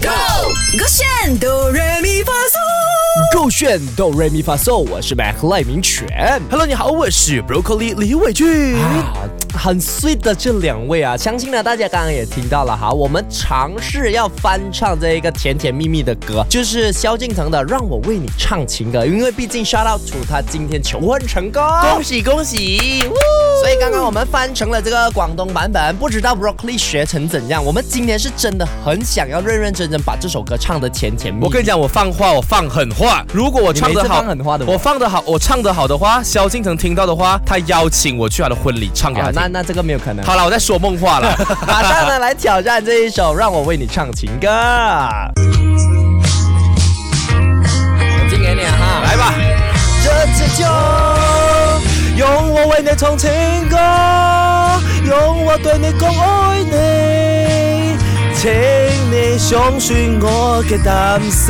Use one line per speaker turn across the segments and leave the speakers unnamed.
Go！勾选哆来咪发嗦，
勾选哆瑞咪发嗦，我是 Mac 赖明全。
Hello，你好，我是 Broccoli 李伟俊。
啊，很 sweet 的这两位啊，相信呢大家刚刚也听到了哈，我们尝试要翻唱这一个甜甜蜜蜜的歌，就是萧敬腾的《让我为你唱情歌》，因为毕竟 shout out to 他今天求婚成功，
恭喜恭喜！
所以刚刚我们翻成了这个广东版本，不知道 Broccoli 学成怎样。我们今天是真的很想要认认真真把这首歌唱得甜甜蜜蜜。
我跟你讲，我放话，我放狠话。如果我唱
你每
得
次
好，
放狠话的吗
我放得好，我唱得好的话，萧敬腾听到的话，他邀请我去他的婚礼唱给
啊
他，听。
那那这个没有可能。
好了，我在说梦话了。
马上呢来挑战这一首《让我为你唱情歌》。我敬给你啊哈，
来吧，
这次就
用我为你唱情歌，用我对你讲爱你，请你相信我嘅担心，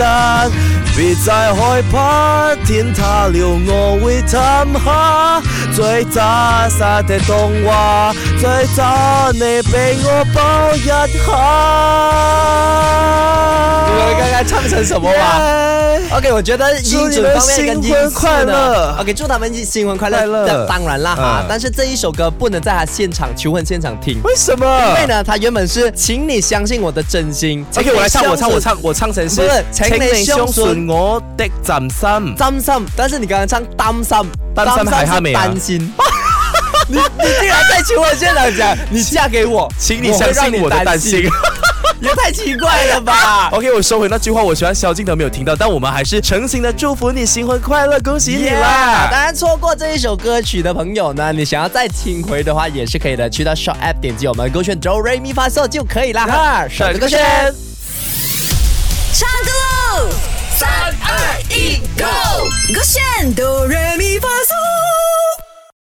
别再害怕，天塌了我会沉下，最渣沙的童话，最渣你俾我抱一下。
你们刚刚唱成什么啊
耶
OK，我觉得音准方面跟
祝
音
你们新婚
色
快
呢
乐
，OK，祝他们新婚快乐。
快乐
这当然啦哈，
嗯
但是这一首歌不能在他现场求婚现场听。
为什么？
因为呢，他原本是请你相信我的真心。请
OK，
你
我来唱，
相
我唱，
信
我唱，我唱成是
不是請你相信
我的真心。
担心，但是你刚刚唱担心，
擔心係蝦尾啊
担 心。你你竟然在求婚现场讲，你嫁给我，
请你相信我
我
的
会让
担
你
心，。
也太奇怪了 吧！
OK，我收回那句话，我喜欢萧敬腾没有听到，但我们还是诚心的祝福你新婚快乐，恭喜你
Yeah，
啦！
当然，错过这一首歌曲的朋友呢，你想要再听回的话也是可以的，去到 Shop App 点击我们勾选 Do Re Mi Fa So 就可以啦哈。
Yeah，
手这个
手这个
选
选。
唱歌